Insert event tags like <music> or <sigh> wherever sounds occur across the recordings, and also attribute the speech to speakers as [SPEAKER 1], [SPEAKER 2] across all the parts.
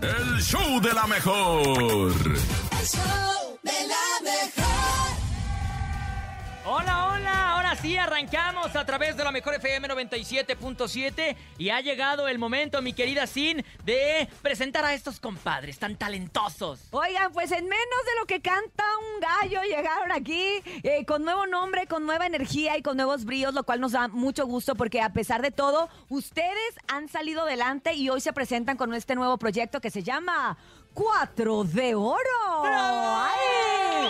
[SPEAKER 1] El show de la mejor.
[SPEAKER 2] Hola, hola, ahora sí arrancamos a través de la mejor FM 97.7 y ha llegado el momento, mi querida Sin, de presentar a estos compadres tan talentosos.
[SPEAKER 3] Oigan, pues en menos de lo que canta un gallo llegaron aquí eh, con nuevo nombre, con nueva energía y con nuevos bríos, lo cual nos da mucho gusto porque a pesar de todo, ustedes han salido adelante y hoy se presentan con este nuevo proyecto que se llama Cuatro de Oro. ¡Ay!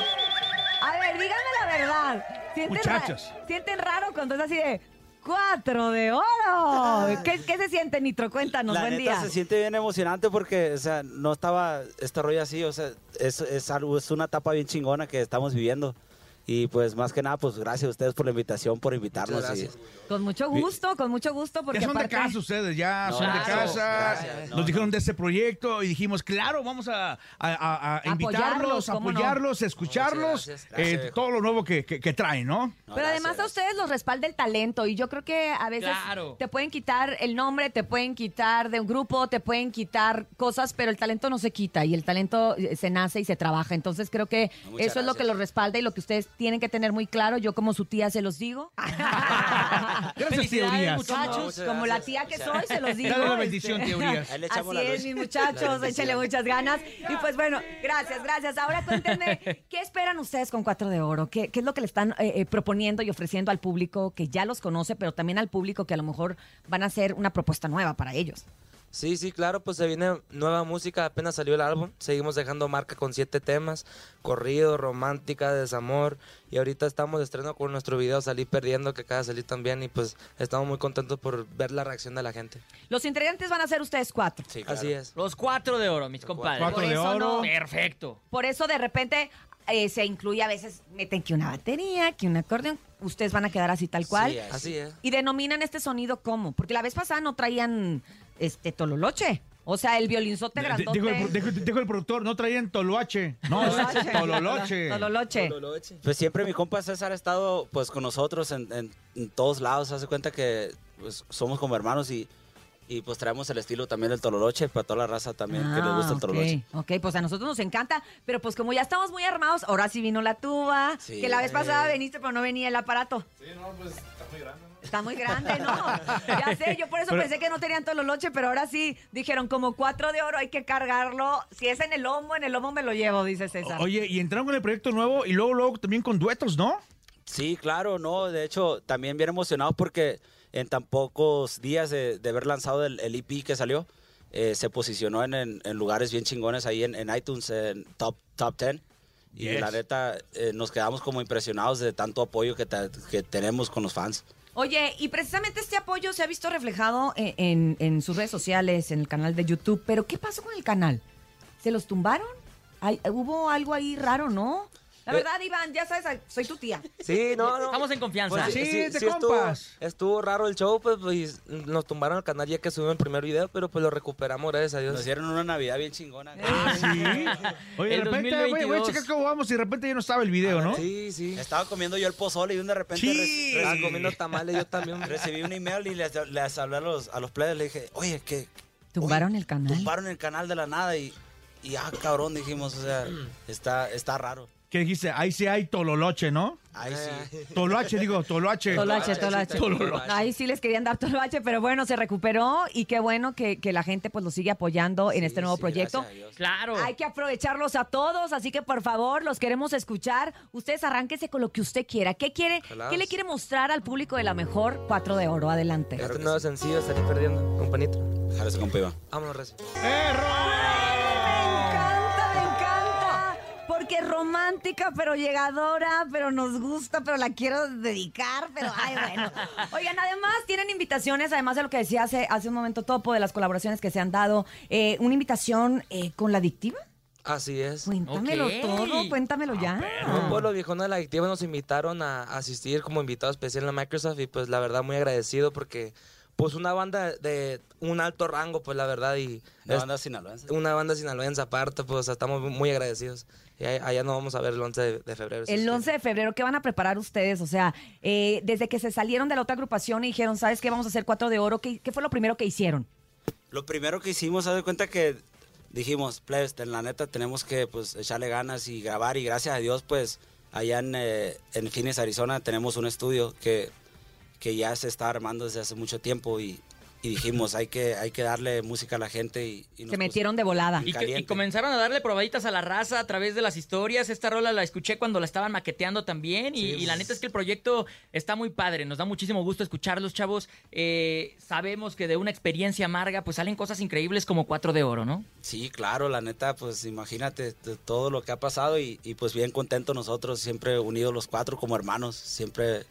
[SPEAKER 3] A ver, díganme la verdad. ¿Sienten ra-
[SPEAKER 4] Muchachos.
[SPEAKER 3] Sienten raro cuando es así de Cuatro de
[SPEAKER 4] <laughs>
[SPEAKER 3] Oro. ¿Qué, qué se siente, Nitro? Cuéntanos,
[SPEAKER 5] La
[SPEAKER 3] buen
[SPEAKER 5] neta
[SPEAKER 3] día.
[SPEAKER 5] se siente bien emocionante porque, o sea, no estaba este rollo así, o sea, es, es algo, es una etapa bien chingona que estamos viviendo. Y pues más que nada, pues gracias a ustedes por la invitación, por invitarnos. y-
[SPEAKER 3] Con mucho gusto, con mucho gusto, porque
[SPEAKER 4] Ya son
[SPEAKER 3] aparte-
[SPEAKER 4] de casa ustedes, ya
[SPEAKER 5] No,
[SPEAKER 4] son de
[SPEAKER 5] claro,
[SPEAKER 4] casa.
[SPEAKER 5] gracias, no,
[SPEAKER 4] Nos
[SPEAKER 5] no.
[SPEAKER 4] dijeron de este proyecto y dijimos, claro, vamos a, a- a- a
[SPEAKER 3] Apoyarlos,
[SPEAKER 4] invitarlos,
[SPEAKER 3] ¿cómo no?
[SPEAKER 4] apoyarlos, escucharlos,
[SPEAKER 5] Muchas gracias, gracias,
[SPEAKER 4] eh,
[SPEAKER 5] viejo.
[SPEAKER 4] todo lo nuevo que, que- que traen, ¿no?
[SPEAKER 5] No,
[SPEAKER 3] Pero además a
[SPEAKER 5] gracias.
[SPEAKER 3] ustedes los respalda el talento y yo creo que a veces
[SPEAKER 2] Claro.
[SPEAKER 3] te pueden quitar el nombre, te pueden quitar de un grupo, te pueden quitar cosas, pero el talento no se quita y el talento eh, se nace y se trabaja. Entonces creo que eso
[SPEAKER 5] No, muchas
[SPEAKER 3] es lo que
[SPEAKER 5] gracias.
[SPEAKER 3] los respalda y lo que ustedes tienen que tener muy claro. Yo como su tía se los digo.
[SPEAKER 4] Gracias,
[SPEAKER 2] Felicidades,
[SPEAKER 4] teorías.
[SPEAKER 2] muchachos.
[SPEAKER 5] No,
[SPEAKER 3] Muchachos,
[SPEAKER 5] muchas
[SPEAKER 3] como la
[SPEAKER 5] gracias,
[SPEAKER 3] tía que
[SPEAKER 5] muchas
[SPEAKER 3] soy, se los digo.
[SPEAKER 4] Dale la
[SPEAKER 3] este.
[SPEAKER 4] bendición, teorías.
[SPEAKER 5] Ahí le
[SPEAKER 3] Así
[SPEAKER 5] echamos <laughs> la
[SPEAKER 3] es,
[SPEAKER 5] luz.
[SPEAKER 3] mis
[SPEAKER 5] La
[SPEAKER 3] muchachos,
[SPEAKER 5] bendición.
[SPEAKER 3] échale muchas ganas. Y pues bueno, gracias, gracias. Ahora
[SPEAKER 5] <laughs>
[SPEAKER 3] cuéntenme, ¿qué esperan ustedes con Cuatro de Oro? ¿Qué, qué es lo que le están eh, eh, proponiendo y ofreciendo al público que ya los conoce, pero también al público que a lo mejor van a hacer una propuesta nueva para ellos?
[SPEAKER 6] Sí, sí, claro, pues se viene nueva música, apenas salió el álbum, seguimos dejando marca con siete temas, corrido, romántica, desamor, y ahorita estamos de estreno con nuestro video Salí Perdiendo, que acaba de salir también, y pues estamos muy contentos por ver la reacción de la gente.
[SPEAKER 3] Los integrantes van a ser ustedes cuatro.
[SPEAKER 5] Sí, claro.
[SPEAKER 6] Así es.
[SPEAKER 2] Los cuatro de oro, mis compadres.
[SPEAKER 4] Cuatro
[SPEAKER 3] Por
[SPEAKER 4] de
[SPEAKER 3] eso
[SPEAKER 4] oro. Eh,
[SPEAKER 3] no-
[SPEAKER 2] Perfecto.
[SPEAKER 3] Por eso de repente eh, se incluye a veces, meten que una batería, que un acordeón. Ustedes van a quedar así tal cual.
[SPEAKER 5] Sí, así.
[SPEAKER 6] Así es.
[SPEAKER 3] Y denominan este sonido como, porque la vez pasada no traían este tololoche. O sea, el violinzote
[SPEAKER 4] De- de-
[SPEAKER 3] grandote.
[SPEAKER 4] Dijo el, pro- dijo- dijo el productor, no traían toloache. No, es
[SPEAKER 3] <laughs>
[SPEAKER 4] tololoche.
[SPEAKER 3] Tololoche.
[SPEAKER 5] Pues siempre mi compa César ha estado pues con nosotros en, en- en todos lados. Hace cuenta que pues, somos como hermanos y, y pues traemos el estilo también del Tololoche para toda la raza también que le
[SPEAKER 3] Ah,
[SPEAKER 5] gusta el Tololoche.
[SPEAKER 3] ok, ok, pues a nosotros nos encanta, pero pues como ya estamos muy armados, ahora sí vino la tuba,
[SPEAKER 5] Sí.
[SPEAKER 3] que la vez pasada veniste pero no venía el aparato. Sí, no, pues está muy grande, ¿no? Está muy grande, ¿no? Ya sé, yo por eso pensé que no tenían tololoche, pero ahora sí, dijeron como cuatro de oro hay que cargarlo, si es en el lomo, en el lomo me lo llevo, dice César.
[SPEAKER 4] Oye, y entraron con el proyecto nuevo y luego, luego también con duetos, ¿no?
[SPEAKER 5] Sí, claro, no. De hecho, también bien emocionado porque en tan pocos días de, de haber lanzado el, el EP que salió, eh, se posicionó en, en- en lugares bien chingones ahí en, en iTunes, en top, top 10. Y
[SPEAKER 4] Yes.
[SPEAKER 5] la neta, eh, nos quedamos como impresionados de tanto apoyo que, ta- que tenemos con los fans.
[SPEAKER 3] Oye, y precisamente este apoyo se ha visto reflejado en, en- en sus redes sociales, en el canal de YouTube, pero ¿qué pasó con el canal? ¿Se los tumbaron? Ay, hubo algo ahí raro, ¿no? La
[SPEAKER 6] Eh.
[SPEAKER 3] verdad, Iván, ya sabes, soy tu tía.
[SPEAKER 6] Sí, no, no.
[SPEAKER 2] Estamos en confianza.
[SPEAKER 6] Pues
[SPEAKER 4] Sí, es de compas.
[SPEAKER 6] Estuvo, estuvo raro el show, pues, pues, nos tumbaron el canal ya que subimos el primer video, pero pues lo recuperamos, gracias a
[SPEAKER 5] Nos
[SPEAKER 6] Dios.
[SPEAKER 5] hicieron una Navidad bien chingona.
[SPEAKER 4] Ah, Sí.
[SPEAKER 5] <laughs>
[SPEAKER 4] Oye, de
[SPEAKER 2] El
[SPEAKER 4] repente, güey, güey,
[SPEAKER 2] 2022.
[SPEAKER 4] checa cómo vamos y de repente ya no estaba el video, ¿no?
[SPEAKER 6] Ah, Sí, sí.
[SPEAKER 5] Estaba comiendo yo el pozole y de repente
[SPEAKER 4] Sí.
[SPEAKER 5] re-
[SPEAKER 6] Estaba
[SPEAKER 5] re-
[SPEAKER 6] comiendo tamales yo también. hombre.
[SPEAKER 5] recibí un email y les, les hablé a los, a los players. Le dije, oye, que
[SPEAKER 3] ¿Tumbaron el canal?
[SPEAKER 5] Tumbaron el canal de la nada y, y ah, cabrón, dijimos, o sea, está, está raro.
[SPEAKER 4] Que dijiste, ahí sí hay tololoche, ¿no?
[SPEAKER 5] Ahí sí.
[SPEAKER 4] Toloache, digo, toloache.
[SPEAKER 3] Tolache, tolache.
[SPEAKER 4] Tololoche.
[SPEAKER 3] Ahí sí les querían dar tolache, pero bueno, se recuperó y qué bueno que, que la gente pues lo sigue apoyando en este
[SPEAKER 5] Sí,
[SPEAKER 3] nuevo
[SPEAKER 5] sí,
[SPEAKER 3] proyecto.
[SPEAKER 5] gracias a Dios.
[SPEAKER 2] Claro.
[SPEAKER 3] Hay que aprovecharlos a todos, así que por favor, los queremos escuchar. Ustedes arránquense con lo que usted quiera. ¿Qué quiere?
[SPEAKER 6] Ojalá.
[SPEAKER 3] ¿Qué le quiere mostrar al público de la mejor Cuatro de Oro? Adelante.
[SPEAKER 6] Este nuevo sencillo salí perdiendo, compañito.
[SPEAKER 5] Jálese con piba.
[SPEAKER 6] Vámonos, Reci.
[SPEAKER 3] Me encanta, me encanta. Porque es romántica, pero llegadora, pero nos gusta, pero la quiero dedicar, pero ay, bueno. Oigan, además tienen invitaciones, además de lo que decía hace, hace un momento Topo, de las colaboraciones que se han dado, eh, una invitación eh, con la adictiva.
[SPEAKER 6] Así es.
[SPEAKER 3] Cuéntamelo
[SPEAKER 2] Ok.
[SPEAKER 3] todo, cuéntamelo
[SPEAKER 5] Ah,
[SPEAKER 3] ya.
[SPEAKER 6] Un
[SPEAKER 5] pues
[SPEAKER 6] pueblo viejón de la adictiva nos invitaron a asistir como invitado especial en la Microsoft y pues la verdad muy agradecido porque pues una banda de un alto rango pues la verdad y
[SPEAKER 5] No,
[SPEAKER 6] es
[SPEAKER 5] anda sinaloense.
[SPEAKER 6] una banda sinaloense aparte pues estamos muy agradecidos y ahí- allá nos vamos a ver el 11 de, de febrero. si
[SPEAKER 3] El
[SPEAKER 6] Dios
[SPEAKER 3] 11 de febrero, ¿qué van a preparar ustedes? O sea, eh, desde que se salieron de la otra agrupación y dijeron, ¿sabes qué? Vamos a hacer cuatro de oro. ¿Qué, qué fue lo primero que hicieron?
[SPEAKER 5] Lo primero que hicimos, haz de cuenta que dijimos, plebes, te- la neta tenemos que pues echarle ganas y grabar y gracias a Dios pues allá en, eh, en Phoenix, Arizona tenemos un estudio que, que ya se está armando desde hace mucho tiempo y, y dijimos, hay que, hay que darle música a la gente y, y nos
[SPEAKER 3] Se
[SPEAKER 5] pus-
[SPEAKER 3] metieron de volada.
[SPEAKER 2] Y, que- y
[SPEAKER 5] Caliente.
[SPEAKER 2] comenzaron a darle probaditas a la raza a través de las historias. Esta rola la escuché cuando la estaban maqueteando también. Y,
[SPEAKER 6] Sí,
[SPEAKER 2] y la
[SPEAKER 6] pues.
[SPEAKER 2] neta es que el proyecto está muy padre. Nos da muchísimo gusto escucharlos, chavos. Eh, sabemos que de una experiencia amarga, pues salen cosas increíbles como Cuatro de Oro, ¿no?
[SPEAKER 5] Sí, claro, la neta, pues imagínate t- todo lo que ha pasado y, y, pues bien contentos nosotros, siempre unidos los cuatro como hermanos, siempre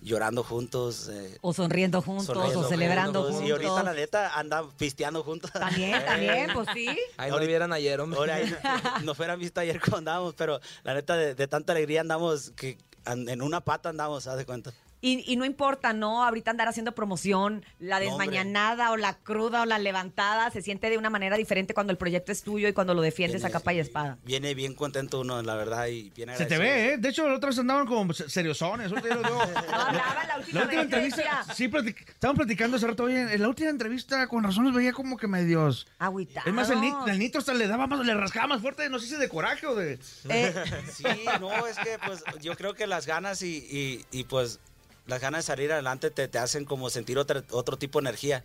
[SPEAKER 5] llorando juntos. eh,
[SPEAKER 3] O sonriendo juntos,
[SPEAKER 5] sonriendo
[SPEAKER 3] o celebrando juntos.
[SPEAKER 5] Y ahorita la neta andan pisteando juntos.
[SPEAKER 3] También, también, pues sí.
[SPEAKER 6] Ahí no lo
[SPEAKER 5] Ahorita-
[SPEAKER 6] vieran ayer,
[SPEAKER 5] <laughs>
[SPEAKER 6] hombre.
[SPEAKER 5] Ahora,
[SPEAKER 6] <laughs>
[SPEAKER 5] nos fueran visto ayer cuando andábamos, pero la neta de, de tanta alegría andamos que an- en una pata andamos, haz de cuenta.
[SPEAKER 3] Y, y no importa, ¿no? Ahorita andar haciendo promoción, la
[SPEAKER 5] No, hombre.
[SPEAKER 3] desmañanada o la cruda o la levantada, se siente de una manera diferente cuando el proyecto es tuyo y cuando lo defiendes a
[SPEAKER 5] Viene-
[SPEAKER 3] capa y espada.
[SPEAKER 5] Viene bien contento uno, la verdad, y bien
[SPEAKER 4] Se te
[SPEAKER 5] agradecido.
[SPEAKER 4] ve, ¿eh? De hecho, la otra vez andaban como seriosones. ahorita ya los veo.
[SPEAKER 3] No hablaba la última
[SPEAKER 4] La última
[SPEAKER 3] vez, yo
[SPEAKER 4] entrevista,
[SPEAKER 3] decía,
[SPEAKER 4] sí, platic- estaban platicando hace rato, oye, en la última entrevista con razón los veía como que medios...
[SPEAKER 3] Agüitados.
[SPEAKER 4] Es más, el, Ni- el Nitro hasta le daba más, le rascaba más fuerte, no sé si de coraje o de...
[SPEAKER 3] Eh,
[SPEAKER 5] Sí, no, es que pues yo creo que las ganas y, y- y, pues las ganas de salir adelante te, te hacen como sentir otra, otro tipo de energía.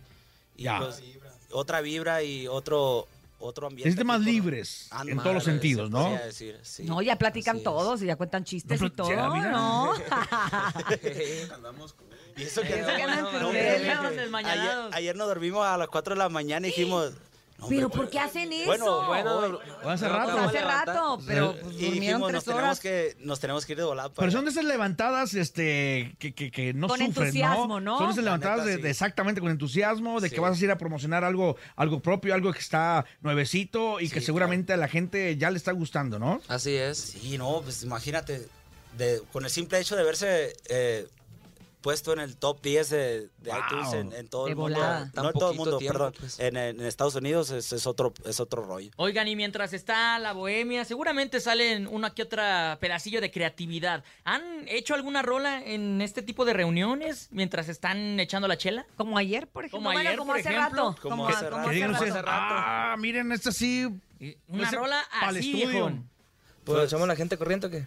[SPEAKER 5] Y,
[SPEAKER 4] Ya.
[SPEAKER 5] pues, otra vibra y otro, otro ambiente.
[SPEAKER 4] Hiciste más
[SPEAKER 5] tipo, ¿no?
[SPEAKER 4] libres
[SPEAKER 5] Ah,
[SPEAKER 4] en
[SPEAKER 5] madre,
[SPEAKER 4] todos los
[SPEAKER 5] se
[SPEAKER 4] sentidos, ¿no?
[SPEAKER 5] podría decir, sí.
[SPEAKER 3] no, ya platican
[SPEAKER 5] Así es.
[SPEAKER 3] todos y ya cuentan chistes
[SPEAKER 4] No,
[SPEAKER 3] y todo,
[SPEAKER 4] pero- ya, mira.
[SPEAKER 3] ¿no? <laughs>
[SPEAKER 5] Y eso
[SPEAKER 3] Eso
[SPEAKER 5] que
[SPEAKER 3] que
[SPEAKER 5] no,
[SPEAKER 3] andan
[SPEAKER 5] no, no,
[SPEAKER 3] crudeles,
[SPEAKER 5] hombre,
[SPEAKER 2] andan
[SPEAKER 5] ayer-
[SPEAKER 2] desmañanados.
[SPEAKER 5] Ayer, nos dormimos a las 4 de la mañana y dijimos... no, hombre,
[SPEAKER 3] pero
[SPEAKER 5] bueno,
[SPEAKER 3] ¿por qué hacen eso?
[SPEAKER 5] Bueno, bueno.
[SPEAKER 4] hace
[SPEAKER 6] no,
[SPEAKER 4] rato.
[SPEAKER 6] no, no,
[SPEAKER 3] hace
[SPEAKER 6] levantar.
[SPEAKER 3] rato, pero pues,
[SPEAKER 5] Y
[SPEAKER 3] durmieron
[SPEAKER 5] dijimos, nos
[SPEAKER 3] tres
[SPEAKER 5] tenemos,
[SPEAKER 3] horas.
[SPEAKER 5] que, nos tenemos que ir de volada. para
[SPEAKER 4] Pero son
[SPEAKER 5] allá.
[SPEAKER 4] de esas levantadas este, que, que, que no
[SPEAKER 3] Con
[SPEAKER 4] sufren,
[SPEAKER 3] entusiasmo, ¿no?
[SPEAKER 4] Son esas
[SPEAKER 5] La
[SPEAKER 4] levantadas
[SPEAKER 5] neta,
[SPEAKER 4] de,
[SPEAKER 5] sí.
[SPEAKER 4] de exactamente con entusiasmo, de que
[SPEAKER 5] Sí.
[SPEAKER 4] vas a ir a promocionar algo, algo propio, algo que está nuevecito y que
[SPEAKER 5] Sí,
[SPEAKER 4] seguramente a la gente ya le está gustando, ¿no?
[SPEAKER 6] Así es.
[SPEAKER 5] Sí, no, pues imagínate, de- con el simple hecho de verse eh, puesto en el top 10 de, de
[SPEAKER 4] Wow.
[SPEAKER 5] iTunes en, en todo
[SPEAKER 3] De
[SPEAKER 5] el mundo.
[SPEAKER 3] volada.
[SPEAKER 6] Tan
[SPEAKER 5] No en todo el
[SPEAKER 6] poquito
[SPEAKER 5] mundo,
[SPEAKER 6] tiempo,
[SPEAKER 5] perdón.
[SPEAKER 6] pues.
[SPEAKER 5] En, en Estados Unidos es, es otro, es otro rollo.
[SPEAKER 2] Oigan, y mientras está la bohemia, seguramente salen una que otra pedacillo de creatividad. ¿Han hecho alguna rola en este tipo de reuniones mientras están echando la chela?
[SPEAKER 3] Como ayer, por ejemplo.
[SPEAKER 2] Como
[SPEAKER 3] bueno,
[SPEAKER 2] ayer,
[SPEAKER 3] como
[SPEAKER 2] por
[SPEAKER 3] hace
[SPEAKER 2] ejemplo.
[SPEAKER 3] rato.
[SPEAKER 5] Como
[SPEAKER 3] Como,
[SPEAKER 5] hace
[SPEAKER 3] como
[SPEAKER 5] rato.
[SPEAKER 4] Que
[SPEAKER 3] hace
[SPEAKER 4] digan
[SPEAKER 3] rato.
[SPEAKER 4] ustedes, ah, miren, esta sí...
[SPEAKER 2] Eh, Una
[SPEAKER 4] ese-
[SPEAKER 2] rola
[SPEAKER 4] Pues, eh, pa'l
[SPEAKER 2] así,
[SPEAKER 4] estudio.
[SPEAKER 2] viejón.
[SPEAKER 6] Pues, ¿lo echamos la gente corriente o qué?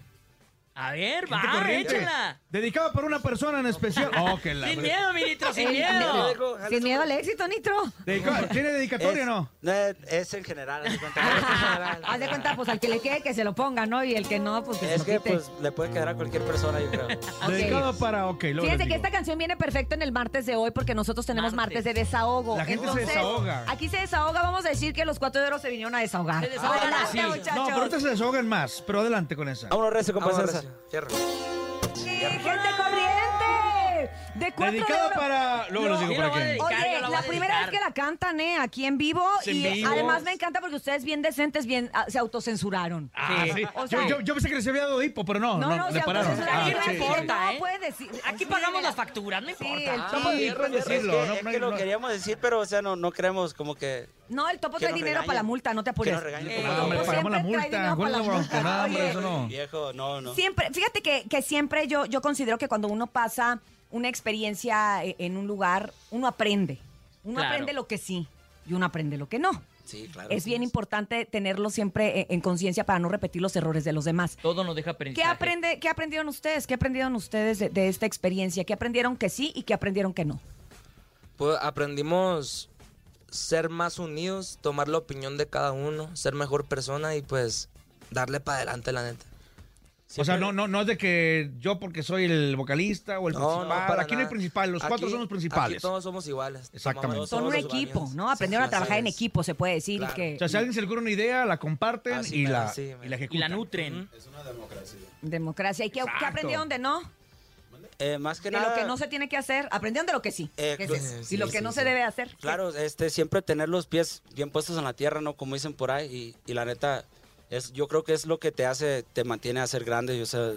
[SPEAKER 2] A ver,
[SPEAKER 4] Gente
[SPEAKER 2] va,
[SPEAKER 4] corriente.
[SPEAKER 2] échala.
[SPEAKER 4] Dedicada para una persona en especial. Oh, que la-
[SPEAKER 2] Sin miedo, ministro, sin
[SPEAKER 3] Eh,
[SPEAKER 2] miedo.
[SPEAKER 3] Sin miedo al éxito, Nitro.
[SPEAKER 4] Dedica- ¿Tiene dedicatoria o
[SPEAKER 5] Es-
[SPEAKER 4] no?
[SPEAKER 5] eh, Es en general. haz
[SPEAKER 3] <laughs>
[SPEAKER 5] de cuenta.
[SPEAKER 3] Haz de cuenta, pues al que le quede que se lo ponga, ¿no? Y el que no, pues que se
[SPEAKER 5] es
[SPEAKER 3] lo
[SPEAKER 5] que
[SPEAKER 3] quite.
[SPEAKER 5] pues le puede quedar a cualquier persona, yo creo.
[SPEAKER 3] Ok.
[SPEAKER 4] Dedicado para. Ok, luego
[SPEAKER 3] Fíjense
[SPEAKER 4] les
[SPEAKER 3] que
[SPEAKER 4] digo.
[SPEAKER 3] esta canción viene perfecto en el martes de hoy porque nosotros tenemos
[SPEAKER 2] Martes.
[SPEAKER 3] martes, de desahogo.
[SPEAKER 4] La gente se desahoga.
[SPEAKER 3] Aquí se desahoga, vamos a decir que los cuatro de oro se vinieron a desahogar.
[SPEAKER 2] Se desahogan
[SPEAKER 3] Adelante,
[SPEAKER 2] así.
[SPEAKER 4] No,
[SPEAKER 3] muchachos.
[SPEAKER 4] pero ahorita se deshogan más. Pero adelante con esa.
[SPEAKER 5] Vámonos, recio,
[SPEAKER 6] Vamos,
[SPEAKER 5] compensa.
[SPEAKER 6] recio. Fierro.
[SPEAKER 3] Sí, gente corriente. De cuatro de
[SPEAKER 4] Dedicada
[SPEAKER 3] oro.
[SPEAKER 4] para. Luego les
[SPEAKER 2] No,
[SPEAKER 4] digo
[SPEAKER 2] yo la
[SPEAKER 4] para
[SPEAKER 2] voy a
[SPEAKER 4] quién.
[SPEAKER 2] dedicar.
[SPEAKER 3] Oye,
[SPEAKER 2] yo la
[SPEAKER 3] la,
[SPEAKER 2] voy a
[SPEAKER 3] primera
[SPEAKER 2] dedicar.
[SPEAKER 3] vez que la cantan, ¿eh? Aquí en vivo.
[SPEAKER 4] Es en
[SPEAKER 3] y
[SPEAKER 4] vivo.
[SPEAKER 3] además me encanta porque ustedes bien decentes bien ah, se autocensuraron.
[SPEAKER 4] Ah,
[SPEAKER 2] Sí.
[SPEAKER 4] sí.
[SPEAKER 3] O
[SPEAKER 4] Yo-
[SPEAKER 3] sea-
[SPEAKER 4] yo, yo pensé que les había dado hipo, pero no.
[SPEAKER 3] No, pues,
[SPEAKER 4] No,
[SPEAKER 3] no,
[SPEAKER 4] le
[SPEAKER 3] se
[SPEAKER 4] pararon.
[SPEAKER 2] entonces, aquí
[SPEAKER 3] autocensuraron.
[SPEAKER 4] Ah,
[SPEAKER 2] no
[SPEAKER 4] sí.
[SPEAKER 2] importa.
[SPEAKER 3] No
[SPEAKER 2] ¿eh?
[SPEAKER 3] puede decir.
[SPEAKER 2] Aquí
[SPEAKER 3] Sí,
[SPEAKER 2] pagamos
[SPEAKER 3] la-
[SPEAKER 2] las facturas, no
[SPEAKER 3] Sí,
[SPEAKER 2] importa.
[SPEAKER 3] el
[SPEAKER 4] Estamos
[SPEAKER 3] topo-
[SPEAKER 4] bien con
[SPEAKER 5] Es que,
[SPEAKER 4] decirlo,
[SPEAKER 5] es
[SPEAKER 4] no-
[SPEAKER 5] que
[SPEAKER 4] no-
[SPEAKER 5] lo
[SPEAKER 4] no-
[SPEAKER 5] queríamos decir, pero o sea, no, no queremos como que...
[SPEAKER 3] No, el topo
[SPEAKER 5] Que
[SPEAKER 3] trae
[SPEAKER 5] nos
[SPEAKER 3] dinero
[SPEAKER 5] regañen.
[SPEAKER 3] para la multa, no te apures.
[SPEAKER 5] Que nos regañen,
[SPEAKER 3] El
[SPEAKER 5] por
[SPEAKER 3] topo
[SPEAKER 4] Ah,
[SPEAKER 5] favor.
[SPEAKER 4] Hombre, pagamos la
[SPEAKER 3] siempre trae
[SPEAKER 4] multa.
[SPEAKER 3] dinero
[SPEAKER 4] ¿Cuál es la
[SPEAKER 3] para la multa.
[SPEAKER 4] bronca? No, Ah, hombre,
[SPEAKER 3] Oye,
[SPEAKER 4] eso no.
[SPEAKER 5] Viejo, no, no.
[SPEAKER 3] Siempre, fíjate que, que siempre yo, yo considero que cuando uno pasa una experiencia e- en un lugar, uno aprende. Uno
[SPEAKER 2] Claro.
[SPEAKER 3] aprende lo que sí y uno aprende lo que no.
[SPEAKER 5] Sí, claro.
[SPEAKER 3] Es bien importante tenerlo siempre e- en conciencia para no repetir los errores de los demás.
[SPEAKER 2] Todo nos deja aprendizaje.
[SPEAKER 3] ¿Qué, aprende, ¿Qué aprendieron ustedes? ¿Qué aprendieron ustedes de, de esta experiencia? ¿Qué aprendieron que sí y qué aprendieron que no?
[SPEAKER 6] Pues aprendimos ser más unidos, tomar la opinión de cada uno, ser mejor persona y pues darle para adelante, la neta.
[SPEAKER 4] O sea, no, no, no es de que yo porque soy el vocalista o el principal.
[SPEAKER 6] para
[SPEAKER 4] aquí no hay
[SPEAKER 6] nada.
[SPEAKER 4] principal, los cuatro
[SPEAKER 6] Aquí-
[SPEAKER 4] son los principales.
[SPEAKER 6] Aquí todos somos iguales.
[SPEAKER 4] Exactamente.
[SPEAKER 6] Tomamos-
[SPEAKER 3] Son un
[SPEAKER 6] todos
[SPEAKER 3] equipo,
[SPEAKER 6] varios.
[SPEAKER 3] ¿no? Aprendieron
[SPEAKER 6] Sí,
[SPEAKER 3] a trabajar
[SPEAKER 6] así
[SPEAKER 3] en
[SPEAKER 6] es.
[SPEAKER 3] equipo, se puede decir.
[SPEAKER 6] Claro.
[SPEAKER 3] que
[SPEAKER 4] O sea, si a alguien se le ocurre una idea, la comparten
[SPEAKER 6] Así
[SPEAKER 4] y,
[SPEAKER 6] mero,
[SPEAKER 4] la,
[SPEAKER 6] así mero.
[SPEAKER 4] y la
[SPEAKER 2] Y la
[SPEAKER 4] ejecutan.
[SPEAKER 2] nutren.
[SPEAKER 3] Democracia. ¿Y qué,
[SPEAKER 4] Exacto.
[SPEAKER 3] qué aprendieron de no?
[SPEAKER 5] Eh, más que
[SPEAKER 3] de
[SPEAKER 5] nada...
[SPEAKER 3] lo que no se tiene que hacer. Aprendieron de lo que sí.
[SPEAKER 5] Eh,
[SPEAKER 3] que
[SPEAKER 5] claro.
[SPEAKER 3] sí,
[SPEAKER 6] Sí,
[SPEAKER 3] y lo
[SPEAKER 6] sí,
[SPEAKER 3] que no
[SPEAKER 6] sí.
[SPEAKER 3] se debe hacer.
[SPEAKER 5] Claro, este, siempre tener los pies bien puestos en la tierra, ¿no? Como dicen por ahí. Y, y la neta, es, yo creo que es lo que te hace, te mantiene a ser grande. y, O sea,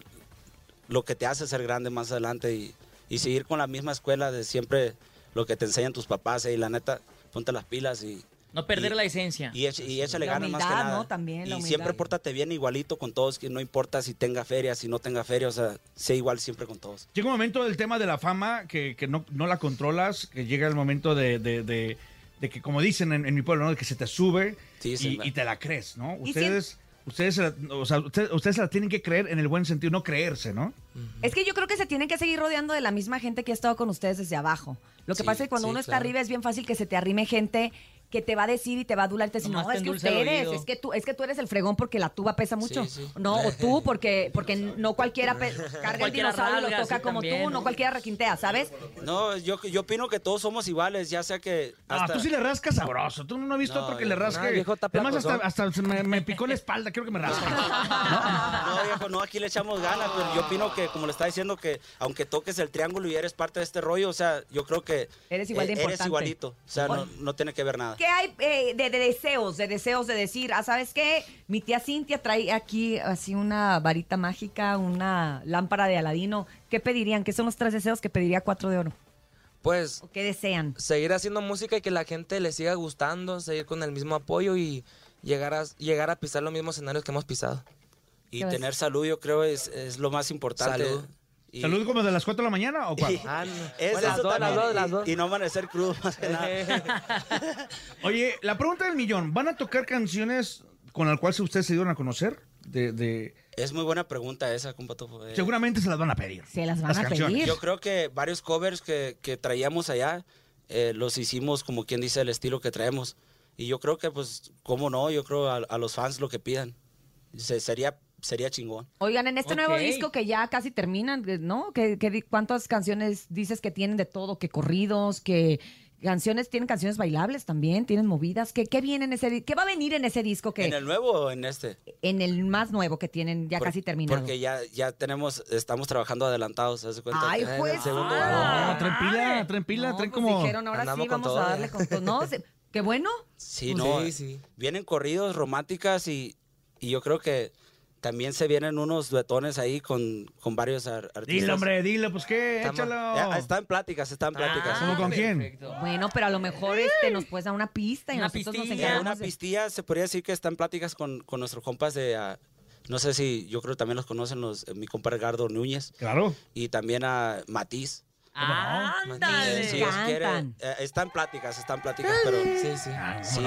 [SPEAKER 5] lo que te hace ser grande más adelante y, y seguir con la misma escuela de siempre lo que te enseñan tus papás. eh, Y la neta, ponte las pilas y,
[SPEAKER 2] No perder
[SPEAKER 5] Y-
[SPEAKER 2] la esencia.
[SPEAKER 5] y, echa- y
[SPEAKER 3] Pues,
[SPEAKER 5] échale
[SPEAKER 3] La
[SPEAKER 5] ganas más que
[SPEAKER 3] humildad,
[SPEAKER 5] nada.
[SPEAKER 3] ¿no? También, la
[SPEAKER 5] y
[SPEAKER 3] humildad.
[SPEAKER 5] siempre pórtate bien igualito con todos, que no importa si tenga feria, si no tenga feria. O sea, sé igual siempre con todos.
[SPEAKER 4] Llega un momento del tema de la fama que, que no, no la controlas, que llega el momento de, de- de- de que como dicen en, en mi pueblo, ¿no? De que se te sube
[SPEAKER 5] Sí, sí,
[SPEAKER 4] y-
[SPEAKER 5] ma-
[SPEAKER 4] y, te la crees, ¿no?
[SPEAKER 3] Y
[SPEAKER 4] Ustedes, ustedes, se la, o sea, ustedes, ustedes se la tienen que creer en el buen sentido, no creerse, ¿no?
[SPEAKER 3] Es que yo creo que se tienen que seguir rodeando de la misma gente que ha estado con ustedes desde abajo. Lo que
[SPEAKER 6] Sí,
[SPEAKER 3] pasa es que cuando
[SPEAKER 6] sí,
[SPEAKER 3] uno está
[SPEAKER 6] claro.
[SPEAKER 3] arriba es bien fácil que se te arrime gente que te va a decir y te va a adular y te dice,
[SPEAKER 2] Nomás
[SPEAKER 3] no,
[SPEAKER 2] te
[SPEAKER 3] es que
[SPEAKER 2] endulza el
[SPEAKER 3] ustedes,
[SPEAKER 2] oído".
[SPEAKER 3] es que tú, es que tú eres el fregón porque la tuba pesa mucho.
[SPEAKER 6] Sí, sí.
[SPEAKER 3] No, o tú porque, porque no cualquiera pe- carga el
[SPEAKER 2] Cualquiera
[SPEAKER 3] dinosaurio y
[SPEAKER 2] rasga,
[SPEAKER 3] lo toca
[SPEAKER 2] sí,
[SPEAKER 3] como
[SPEAKER 2] también,
[SPEAKER 3] tú,
[SPEAKER 2] ¿no?
[SPEAKER 3] no cualquiera requintea, ¿sabes?
[SPEAKER 5] No, yo, yo opino que todos somos iguales, ya sea que...
[SPEAKER 4] Ah,
[SPEAKER 5] hasta-
[SPEAKER 4] tú sí le rascas sabroso. Tú no has visto
[SPEAKER 5] No,
[SPEAKER 4] otro que
[SPEAKER 5] yo-
[SPEAKER 4] le rasque.
[SPEAKER 6] no, viejo, está
[SPEAKER 4] Además, hasta,
[SPEAKER 6] placozón.
[SPEAKER 4] hasta se me, me picó la espalda. Creo que me rasca.
[SPEAKER 5] <laughs> No, viejo, no, aquí le echamos ganas, pero yo opino que, como le estaba diciendo, que aunque toques el triángulo y eres parte de este rollo, o sea, yo creo que... e-,
[SPEAKER 3] Eres igual de importante.
[SPEAKER 5] Eres igualito, o sea, no, no tiene que ver nada.
[SPEAKER 3] ¿Qué hay eh, de, de deseos, de deseos de decir, ah, ¿sabes qué? Mi tía Cintia trae aquí así una varita mágica, una lámpara de Aladino. ¿Qué pedirían? ¿Qué son los tres deseos que pediría Cuatro de Oro?
[SPEAKER 6] Pues
[SPEAKER 3] ¿O qué desean?
[SPEAKER 6] seguir haciendo música y que la gente le siga gustando, seguir con el mismo apoyo y llegar a, llegar a pisar los mismos escenarios que hemos pisado.
[SPEAKER 5] Y
[SPEAKER 3] ¿Qué vas-
[SPEAKER 5] tener salud, yo creo, es, es lo más importante.
[SPEAKER 6] Salud.
[SPEAKER 5] Y- <laughs>
[SPEAKER 4] ¿Salud como de las 4 de la mañana o cuándo?
[SPEAKER 6] Ah, no.
[SPEAKER 5] Es
[SPEAKER 6] Bueno, las
[SPEAKER 5] eso
[SPEAKER 6] dos, las
[SPEAKER 5] también,
[SPEAKER 6] dos,
[SPEAKER 5] y-
[SPEAKER 6] las dos.
[SPEAKER 5] Y, no amanecer crudo más que nada.
[SPEAKER 4] Oye, la pregunta del millón. ¿Van a tocar canciones con las cuales ustedes se dieron a conocer? De, de-
[SPEAKER 5] Es muy buena pregunta esa, compa Topo. Eh,
[SPEAKER 4] Seguramente se las van a pedir.
[SPEAKER 3] Se las van a pedir.
[SPEAKER 5] Yo creo que varios covers que, que traíamos allá eh, los hicimos como quien dice el estilo que traemos. Y yo creo que, pues, cómo no, yo creo a, a los fans lo que pidan. Se- sería, sería chingón.
[SPEAKER 3] Oigan, en este nuevo
[SPEAKER 2] Ok.
[SPEAKER 3] disco que ya casi terminan, eh, ¿no? ¿Qué, qué di- cuántas canciones dices que tienen de todo? ¿Qué corridos? ¿Qué canciones? ¿Tienen canciones bailables también? ¿Tienen movidas? ¿Qué, qué viene en ese di- ¿Qué va a venir en ese disco que
[SPEAKER 5] ¿En el nuevo o en este?
[SPEAKER 3] en el más nuevo que tienen ya
[SPEAKER 5] Por-
[SPEAKER 3] casi terminado?
[SPEAKER 5] Porque ya, ya tenemos, estamos trabajando adelantados, ¿se cuenta?
[SPEAKER 3] Ay,
[SPEAKER 5] que-
[SPEAKER 3] pues.
[SPEAKER 5] el segundo
[SPEAKER 3] ah,
[SPEAKER 5] álbum.
[SPEAKER 4] No, traen pila, traen pila,
[SPEAKER 3] no,
[SPEAKER 4] traen
[SPEAKER 3] pues
[SPEAKER 4] como...
[SPEAKER 3] dijeron, ahora
[SPEAKER 6] andamos
[SPEAKER 3] sí
[SPEAKER 6] con
[SPEAKER 3] vamos
[SPEAKER 6] todo,
[SPEAKER 3] a
[SPEAKER 5] ¿eh?
[SPEAKER 3] darle
[SPEAKER 6] ya.
[SPEAKER 3] con todo. No, se- qué bueno.
[SPEAKER 5] Sí,
[SPEAKER 6] Pues
[SPEAKER 5] no.
[SPEAKER 6] sí, sí.
[SPEAKER 5] Vienen corridos, románticas y, y yo creo que también se vienen unos duetones ahí con, con varios ar- artistas.
[SPEAKER 4] Dile, hombre, dile, pues qué,
[SPEAKER 6] Está mal.
[SPEAKER 4] échalo.
[SPEAKER 5] Ya, está en Eh, ah, pláticas, está en pláticas.
[SPEAKER 2] Ah,
[SPEAKER 4] ¿Cómo con quién?
[SPEAKER 2] perfecto.
[SPEAKER 3] Bueno, pero a lo mejor este nos puedes dar una pista y
[SPEAKER 2] Una
[SPEAKER 3] nosotros nos
[SPEAKER 2] pistilla,
[SPEAKER 5] Ya,
[SPEAKER 3] encargamos
[SPEAKER 5] Eh, una
[SPEAKER 3] de-
[SPEAKER 5] pistilla, se podría decir que está en pláticas con, con nuestros compas de... ah, no sé si, yo creo que también los conocen los, eh, mi compa Edgardo Núñez
[SPEAKER 4] Claro.
[SPEAKER 5] y también a Matiz.
[SPEAKER 2] ¡Ándale!
[SPEAKER 5] Si Dios quiere,
[SPEAKER 3] Cantan.
[SPEAKER 5] eh, está en pláticas, está en pláticas, pero...
[SPEAKER 6] Sí, sí.
[SPEAKER 5] Ah,
[SPEAKER 3] Ah.
[SPEAKER 4] Ah,
[SPEAKER 5] Sí,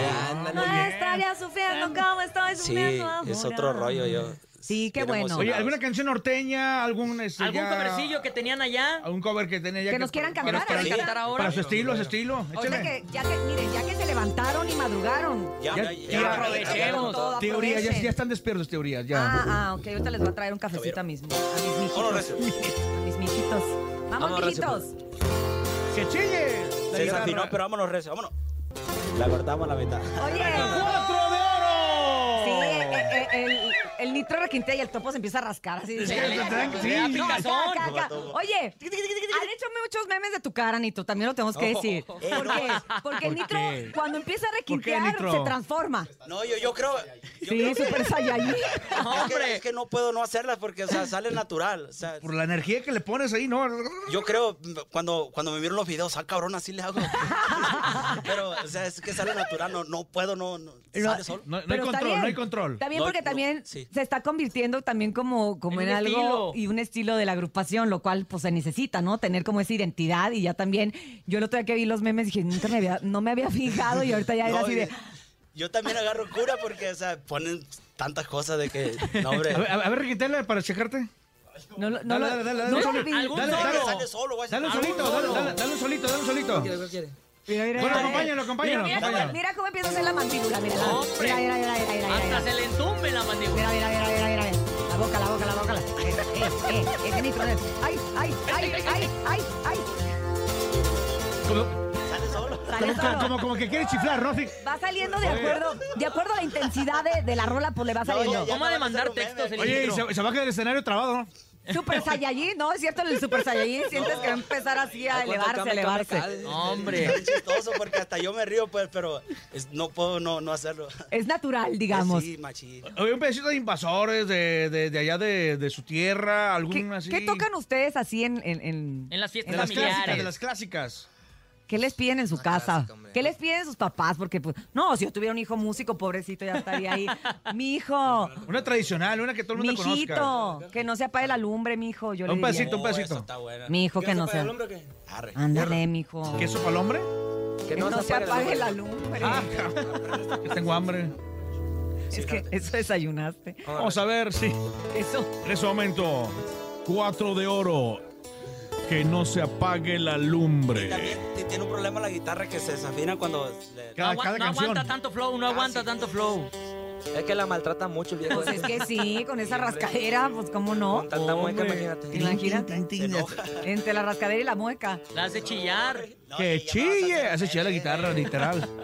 [SPEAKER 3] No estaría sufriendo como estoy
[SPEAKER 5] sí,
[SPEAKER 3] sufriendo
[SPEAKER 5] es
[SPEAKER 3] ahora.
[SPEAKER 5] otro rollo yo.
[SPEAKER 3] Sí, qué
[SPEAKER 5] Bien
[SPEAKER 3] bueno.
[SPEAKER 5] emocionado.
[SPEAKER 4] Oye, ¿alguna canción norteña? ¿Algún... este,
[SPEAKER 2] ¿Algún
[SPEAKER 4] ya-
[SPEAKER 2] comercillo que tenían allá?
[SPEAKER 4] ¿Algún cover que tenía ya
[SPEAKER 3] Que nos quieran
[SPEAKER 4] para-
[SPEAKER 3] cantar,
[SPEAKER 4] para-
[SPEAKER 2] ¿Para
[SPEAKER 5] sí.
[SPEAKER 2] cantar ahora?
[SPEAKER 4] Para su estilo, su estilo.
[SPEAKER 3] O sea
[SPEAKER 4] Échale.
[SPEAKER 3] que, ya que, miren, ya que se levantaron y madrugaron.
[SPEAKER 5] Ya,
[SPEAKER 4] Ya-
[SPEAKER 5] ya,
[SPEAKER 4] ya
[SPEAKER 2] aprovechemos.
[SPEAKER 3] todo,
[SPEAKER 4] Teoría, ya,
[SPEAKER 3] aprovechen.
[SPEAKER 4] ya están despiertos, teorías, ya.
[SPEAKER 3] Ah, ah, ok, ahorita les voy a traer un cafecito a mis, a mis
[SPEAKER 5] Vámonos,
[SPEAKER 3] mijitos.
[SPEAKER 5] Recio.
[SPEAKER 3] A mis mijitos. Vamos,
[SPEAKER 6] Vamos, Recio,
[SPEAKER 3] mijitos.
[SPEAKER 4] ¡Que chille! La
[SPEAKER 5] Se
[SPEAKER 4] guitarra.
[SPEAKER 5] desafinó, pero vámonos, Recio, vámonos. La cortamos a la mitad.
[SPEAKER 3] Oye.
[SPEAKER 4] ¡Cuatro de oro!
[SPEAKER 3] Sí,
[SPEAKER 4] Oh.
[SPEAKER 3] eh, eh, el, el nitro requintea y el topo se empieza a rascar así.
[SPEAKER 4] Sí, te dan- sí.
[SPEAKER 2] Le da
[SPEAKER 3] No, acá,
[SPEAKER 2] picazón.
[SPEAKER 3] acá, acá. Oye, han hecho muchos memes de tu cara, Nitro, también lo tenemos que decir.
[SPEAKER 5] Oh. Eh,
[SPEAKER 3] ¿Por qué? Porque el
[SPEAKER 4] ¿Por
[SPEAKER 3] Nitro,
[SPEAKER 4] qué?
[SPEAKER 3] cuando empieza a
[SPEAKER 4] ¿Por qué,
[SPEAKER 3] requintear,
[SPEAKER 4] Nitro?
[SPEAKER 3] se transforma.
[SPEAKER 5] No, yo, yo creo. yo
[SPEAKER 3] Sí,
[SPEAKER 5] creo que-
[SPEAKER 3] súper saiyajin.
[SPEAKER 5] es, que, es que no puedo no hacerlas porque, o sea, sale natural. O
[SPEAKER 3] eh.
[SPEAKER 5] sea,
[SPEAKER 4] Por la energía que le pones ahí, ¿no?
[SPEAKER 5] yo creo, m- cuando, cuando me vieron los videos, ah, cabrón, así le hago. <laughs> Pero, o sea, es que sale natural, no, no puedo, no. no sale solo.
[SPEAKER 4] No, no hay
[SPEAKER 3] Pero está
[SPEAKER 4] control,
[SPEAKER 3] bien.
[SPEAKER 4] no hay control.
[SPEAKER 3] Está bien
[SPEAKER 5] No,
[SPEAKER 3] porque
[SPEAKER 5] no,
[SPEAKER 3] también
[SPEAKER 5] sí.
[SPEAKER 3] se está convirtiendo también como, como en,
[SPEAKER 2] En un
[SPEAKER 3] algo
[SPEAKER 2] estilo.
[SPEAKER 3] y un estilo de la agrupación, lo cual pues se necesita, ¿no? Tener como esa identidad y ya también, yo el otro día que vi los memes dije, nunca me había, no me había fijado y ahorita ya era
[SPEAKER 5] No,
[SPEAKER 3] así
[SPEAKER 5] y-
[SPEAKER 3] de...
[SPEAKER 5] Yo también agarro cura porque, o sea, ponen tantas cosas de que. No, hombre.
[SPEAKER 4] A ver, a ver, Riquitela, para checarte.
[SPEAKER 3] No, lo-
[SPEAKER 4] Dale,
[SPEAKER 3] no, lo-
[SPEAKER 4] dale, dale,
[SPEAKER 3] no
[SPEAKER 4] dale,
[SPEAKER 3] lo
[SPEAKER 4] solo-
[SPEAKER 3] vi.
[SPEAKER 4] dale,
[SPEAKER 2] Algún
[SPEAKER 4] dale,
[SPEAKER 2] solo.
[SPEAKER 4] dale,
[SPEAKER 5] Sale solo,
[SPEAKER 3] Pues,
[SPEAKER 5] güey. Ah,
[SPEAKER 4] dale un solito, dale, dale, dale un solito, dale un solito.
[SPEAKER 6] ¿Qué quiere?
[SPEAKER 3] Mira, mira,
[SPEAKER 4] Bueno,
[SPEAKER 3] mira,
[SPEAKER 4] acompáñalo, acompáñalo,
[SPEAKER 2] Mira,
[SPEAKER 3] mira, mira,
[SPEAKER 4] acompáñalo.
[SPEAKER 3] mira cómo empieza a hacer la mandíbula, mira. mira.
[SPEAKER 2] Hombre.
[SPEAKER 3] Mira, mira, mira, mira, mira, mira.
[SPEAKER 2] Hasta se le entumbe la mandíbula.
[SPEAKER 3] Mira, mira, mira, mira, mira, mira. La boca, la boca, la boca. la- Eh, eh, eh, ese nitro de- Ay, ay, ay, ay, ay, ay.
[SPEAKER 4] Como,
[SPEAKER 5] Sale solo.
[SPEAKER 3] Sale
[SPEAKER 4] como-
[SPEAKER 3] solo.
[SPEAKER 4] como- como que quiere chiflar, ¿no? Así.
[SPEAKER 3] Va saliendo de acuerdo, de acuerdo a la intensidad de, de la rola, pues le va saliendo.
[SPEAKER 5] ya
[SPEAKER 2] ¿Cómo
[SPEAKER 5] no
[SPEAKER 2] ha de
[SPEAKER 5] van a
[SPEAKER 2] mandar
[SPEAKER 5] hacer un
[SPEAKER 2] textos
[SPEAKER 5] meme.
[SPEAKER 2] el
[SPEAKER 4] Oye, y
[SPEAKER 2] intro?
[SPEAKER 4] se, se baja del escenario trabado, ¿no?
[SPEAKER 3] Super Saiyajin, ¿no? Es cierto, el Super Saiyajin sientes que va a empezar así a
[SPEAKER 6] Ay,
[SPEAKER 3] elevarse, a
[SPEAKER 6] cuánto cambio, cambio,
[SPEAKER 3] elevarse.
[SPEAKER 6] cambio.
[SPEAKER 2] Hombre.
[SPEAKER 5] Es chistoso porque hasta yo me río, pues, pero es- no puedo no, no hacerlo. Pues
[SPEAKER 3] Es natural, digamos.
[SPEAKER 5] Sí, machín.
[SPEAKER 4] Oye, un pedacito de invasores de, de, de allá de, de su tierra, algún
[SPEAKER 3] ¿Qué,
[SPEAKER 4] así.
[SPEAKER 3] qué tocan ustedes así en, en- en-
[SPEAKER 2] En las
[SPEAKER 4] De
[SPEAKER 2] fiestas
[SPEAKER 4] las clásicas, de
[SPEAKER 2] familiares.
[SPEAKER 4] las clásicas.
[SPEAKER 3] ¿Qué les piden en su
[SPEAKER 6] Una
[SPEAKER 3] casa?
[SPEAKER 6] clásica, hombre.
[SPEAKER 3] ¿Qué les piden sus papás? Porque, pues, no, si yo tuviera un hijo músico, pobrecito, ya estaría
[SPEAKER 6] <laughs>
[SPEAKER 3] ahí. Mijo,
[SPEAKER 4] Una tradicional, una que todo el mundo conozca.
[SPEAKER 3] mijito, que no se apague la lumbre, mijo. Yo
[SPEAKER 4] Un
[SPEAKER 3] le diría.
[SPEAKER 4] pedacito, Ah. un pedacito.
[SPEAKER 5] buena.
[SPEAKER 3] Mijo, que no sea.
[SPEAKER 5] Arre.
[SPEAKER 3] Ándale, mijo.
[SPEAKER 4] ¿Queso para el hombre?
[SPEAKER 6] Que
[SPEAKER 3] no, se apague la luz.
[SPEAKER 4] <laughs> Ah, Yo tengo hambre.
[SPEAKER 3] es que eso desayunaste.
[SPEAKER 4] Vamos a ver si
[SPEAKER 3] Eso.
[SPEAKER 4] en ese momento, cuatro de oro, que no se apague la lumbre.
[SPEAKER 5] También t- tiene un problema la guitarra que se desafina cuando... le-
[SPEAKER 4] Cada,
[SPEAKER 2] no, agua-
[SPEAKER 4] cada
[SPEAKER 2] no
[SPEAKER 4] canción.
[SPEAKER 2] aguanta tanto flow, no aguanta tanto flow.
[SPEAKER 6] Es que la maltrata mucho el viejo. este.
[SPEAKER 3] Pues es que sí, con esa rascadera, pues cómo no.
[SPEAKER 6] Con tanta mueca, imagínate.
[SPEAKER 3] Imagínate. Entre la rascadera y la mueca.
[SPEAKER 2] La hace chillar.
[SPEAKER 5] No,
[SPEAKER 4] que
[SPEAKER 5] y ya vas a
[SPEAKER 4] chille.
[SPEAKER 5] hacer-
[SPEAKER 4] Hace chillar la guitarra, literal.
[SPEAKER 5] <laughs>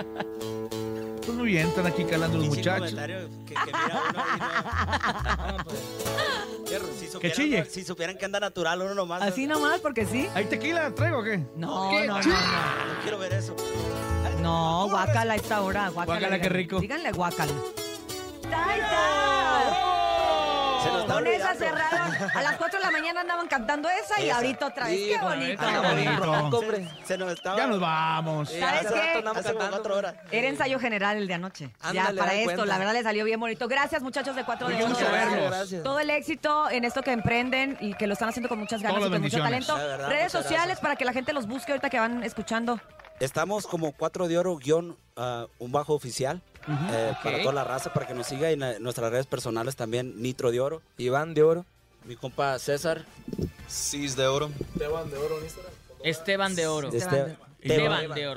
[SPEAKER 4] Pues muy bien, están aquí calando los
[SPEAKER 5] Pinche
[SPEAKER 4] muchachos.
[SPEAKER 5] comentario que- que mira uno ahí,
[SPEAKER 6] Ah,
[SPEAKER 5] ¿no?
[SPEAKER 6] pues.
[SPEAKER 4] <laughs>
[SPEAKER 5] Fierro, si supieran-
[SPEAKER 4] chille.
[SPEAKER 5] Si supieran que anda natural uno nomás.
[SPEAKER 3] Así
[SPEAKER 5] no.
[SPEAKER 3] nomás, porque ¿Ah, sí.
[SPEAKER 4] ¿Hay tequila? ¿Traigo o qué?
[SPEAKER 3] No,
[SPEAKER 4] ¡Qué
[SPEAKER 3] no, no,
[SPEAKER 4] chi-
[SPEAKER 3] no.
[SPEAKER 5] No quiero ver eso.
[SPEAKER 3] No, guácala a esta hora. Guácala,
[SPEAKER 4] Guácala, qué
[SPEAKER 3] díganle.
[SPEAKER 4] rico.
[SPEAKER 3] Díganle guácala. ¡Taita!
[SPEAKER 5] Se nos está
[SPEAKER 3] Con esa
[SPEAKER 5] olvidando.
[SPEAKER 3] cerraron. A las 4 de la mañana andaban cantando esa y
[SPEAKER 5] Esa.
[SPEAKER 3] ahorita otra vez.
[SPEAKER 6] Sí,
[SPEAKER 3] ¡Qué
[SPEAKER 6] con-
[SPEAKER 3] bonito!
[SPEAKER 4] Ah,
[SPEAKER 6] andamos en
[SPEAKER 4] bonito.
[SPEAKER 6] rock, hombre.
[SPEAKER 5] <laughs> Se nos estaba...
[SPEAKER 4] Ya nos vamos.
[SPEAKER 6] Sí,
[SPEAKER 3] ¿Sabes
[SPEAKER 6] hace
[SPEAKER 3] qué? Eh,
[SPEAKER 6] rato andamos
[SPEAKER 5] Hace como
[SPEAKER 6] cantando.
[SPEAKER 5] cuatro horas.
[SPEAKER 3] Era ensayo general el de anoche.
[SPEAKER 6] Ándale,
[SPEAKER 3] ya, para
[SPEAKER 6] da
[SPEAKER 3] esto,
[SPEAKER 6] cuenta.
[SPEAKER 3] la verdad le salió bien bonito. Gracias, muchachos de 4 de
[SPEAKER 4] Qué
[SPEAKER 3] Oro.
[SPEAKER 4] gusto
[SPEAKER 3] Gracias.
[SPEAKER 4] verlos.
[SPEAKER 6] Gracias.
[SPEAKER 3] Todo el éxito en esto que emprenden y que lo están haciendo con muchas ganas
[SPEAKER 4] Todas
[SPEAKER 3] y con mucho
[SPEAKER 4] bendiciones.
[SPEAKER 3] talento.
[SPEAKER 5] La verdad,
[SPEAKER 3] Redes
[SPEAKER 5] muchas gracias.
[SPEAKER 3] sociales para que la gente los busque ahorita que van escuchando.
[SPEAKER 5] Estamos como 4 de oro guión ah, un bajo oficial eh,
[SPEAKER 6] ok.
[SPEAKER 5] para toda la raza, para que nos siga y na- nuestras redes personales también, Nitro de Oro.
[SPEAKER 6] Iván de Oro.
[SPEAKER 5] Mi compa César.
[SPEAKER 7] Cis de oro.
[SPEAKER 2] Esteban de Oro.
[SPEAKER 3] Este-
[SPEAKER 5] Esteban.
[SPEAKER 2] Esteban de Oro,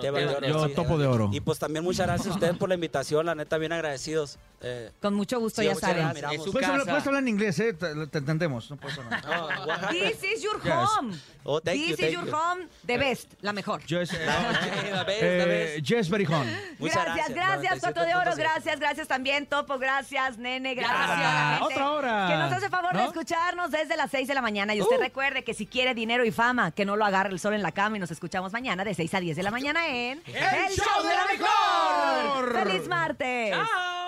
[SPEAKER 2] Esteban de
[SPEAKER 4] Yo
[SPEAKER 5] sí.
[SPEAKER 4] topo de oro.
[SPEAKER 5] Y pues también muchas gracias a ustedes por la invitación, la neta, bien agradecidos. Eh,
[SPEAKER 3] Con mucho gusto,
[SPEAKER 5] Sí,
[SPEAKER 3] ya
[SPEAKER 5] muchas
[SPEAKER 3] saben.
[SPEAKER 5] gracias.
[SPEAKER 2] Es su
[SPEAKER 4] Puedes hablar,
[SPEAKER 2] casa.
[SPEAKER 4] puedes hablar en inglés, ¿eh? Te, te entendemos. No puedes hablar.
[SPEAKER 5] <laughs> no, Oaxaca.
[SPEAKER 3] This is your
[SPEAKER 4] Yes.
[SPEAKER 3] home.
[SPEAKER 5] Oh, thank
[SPEAKER 3] This
[SPEAKER 5] you,
[SPEAKER 3] is
[SPEAKER 5] thank
[SPEAKER 3] your
[SPEAKER 5] you.
[SPEAKER 3] home, the best, la mejor.
[SPEAKER 4] Jess, eh,
[SPEAKER 6] La ves, la
[SPEAKER 4] eh,
[SPEAKER 6] ves.
[SPEAKER 4] Jess Berijón.
[SPEAKER 5] Muchas
[SPEAKER 3] gracias,
[SPEAKER 5] gracias.
[SPEAKER 3] gracias, Cuatro de Oro,
[SPEAKER 6] 97.7.
[SPEAKER 3] gracias, gracias también, Topo, gracias, Nene, gracias
[SPEAKER 4] Ya,
[SPEAKER 3] a toda la gente
[SPEAKER 4] otra hora,
[SPEAKER 3] Que nos hace favor de
[SPEAKER 4] ¿no?
[SPEAKER 3] escucharnos desde las 6 de la mañana. Y usted recuerde que si quiere dinero y fama, que no lo agarre el sol en la cama y nos escuchamos mañana de 6 a 10 de la mañana en...
[SPEAKER 4] ¡El Show de la Mejor!
[SPEAKER 3] ¡Feliz martes!
[SPEAKER 2] ¡Chao!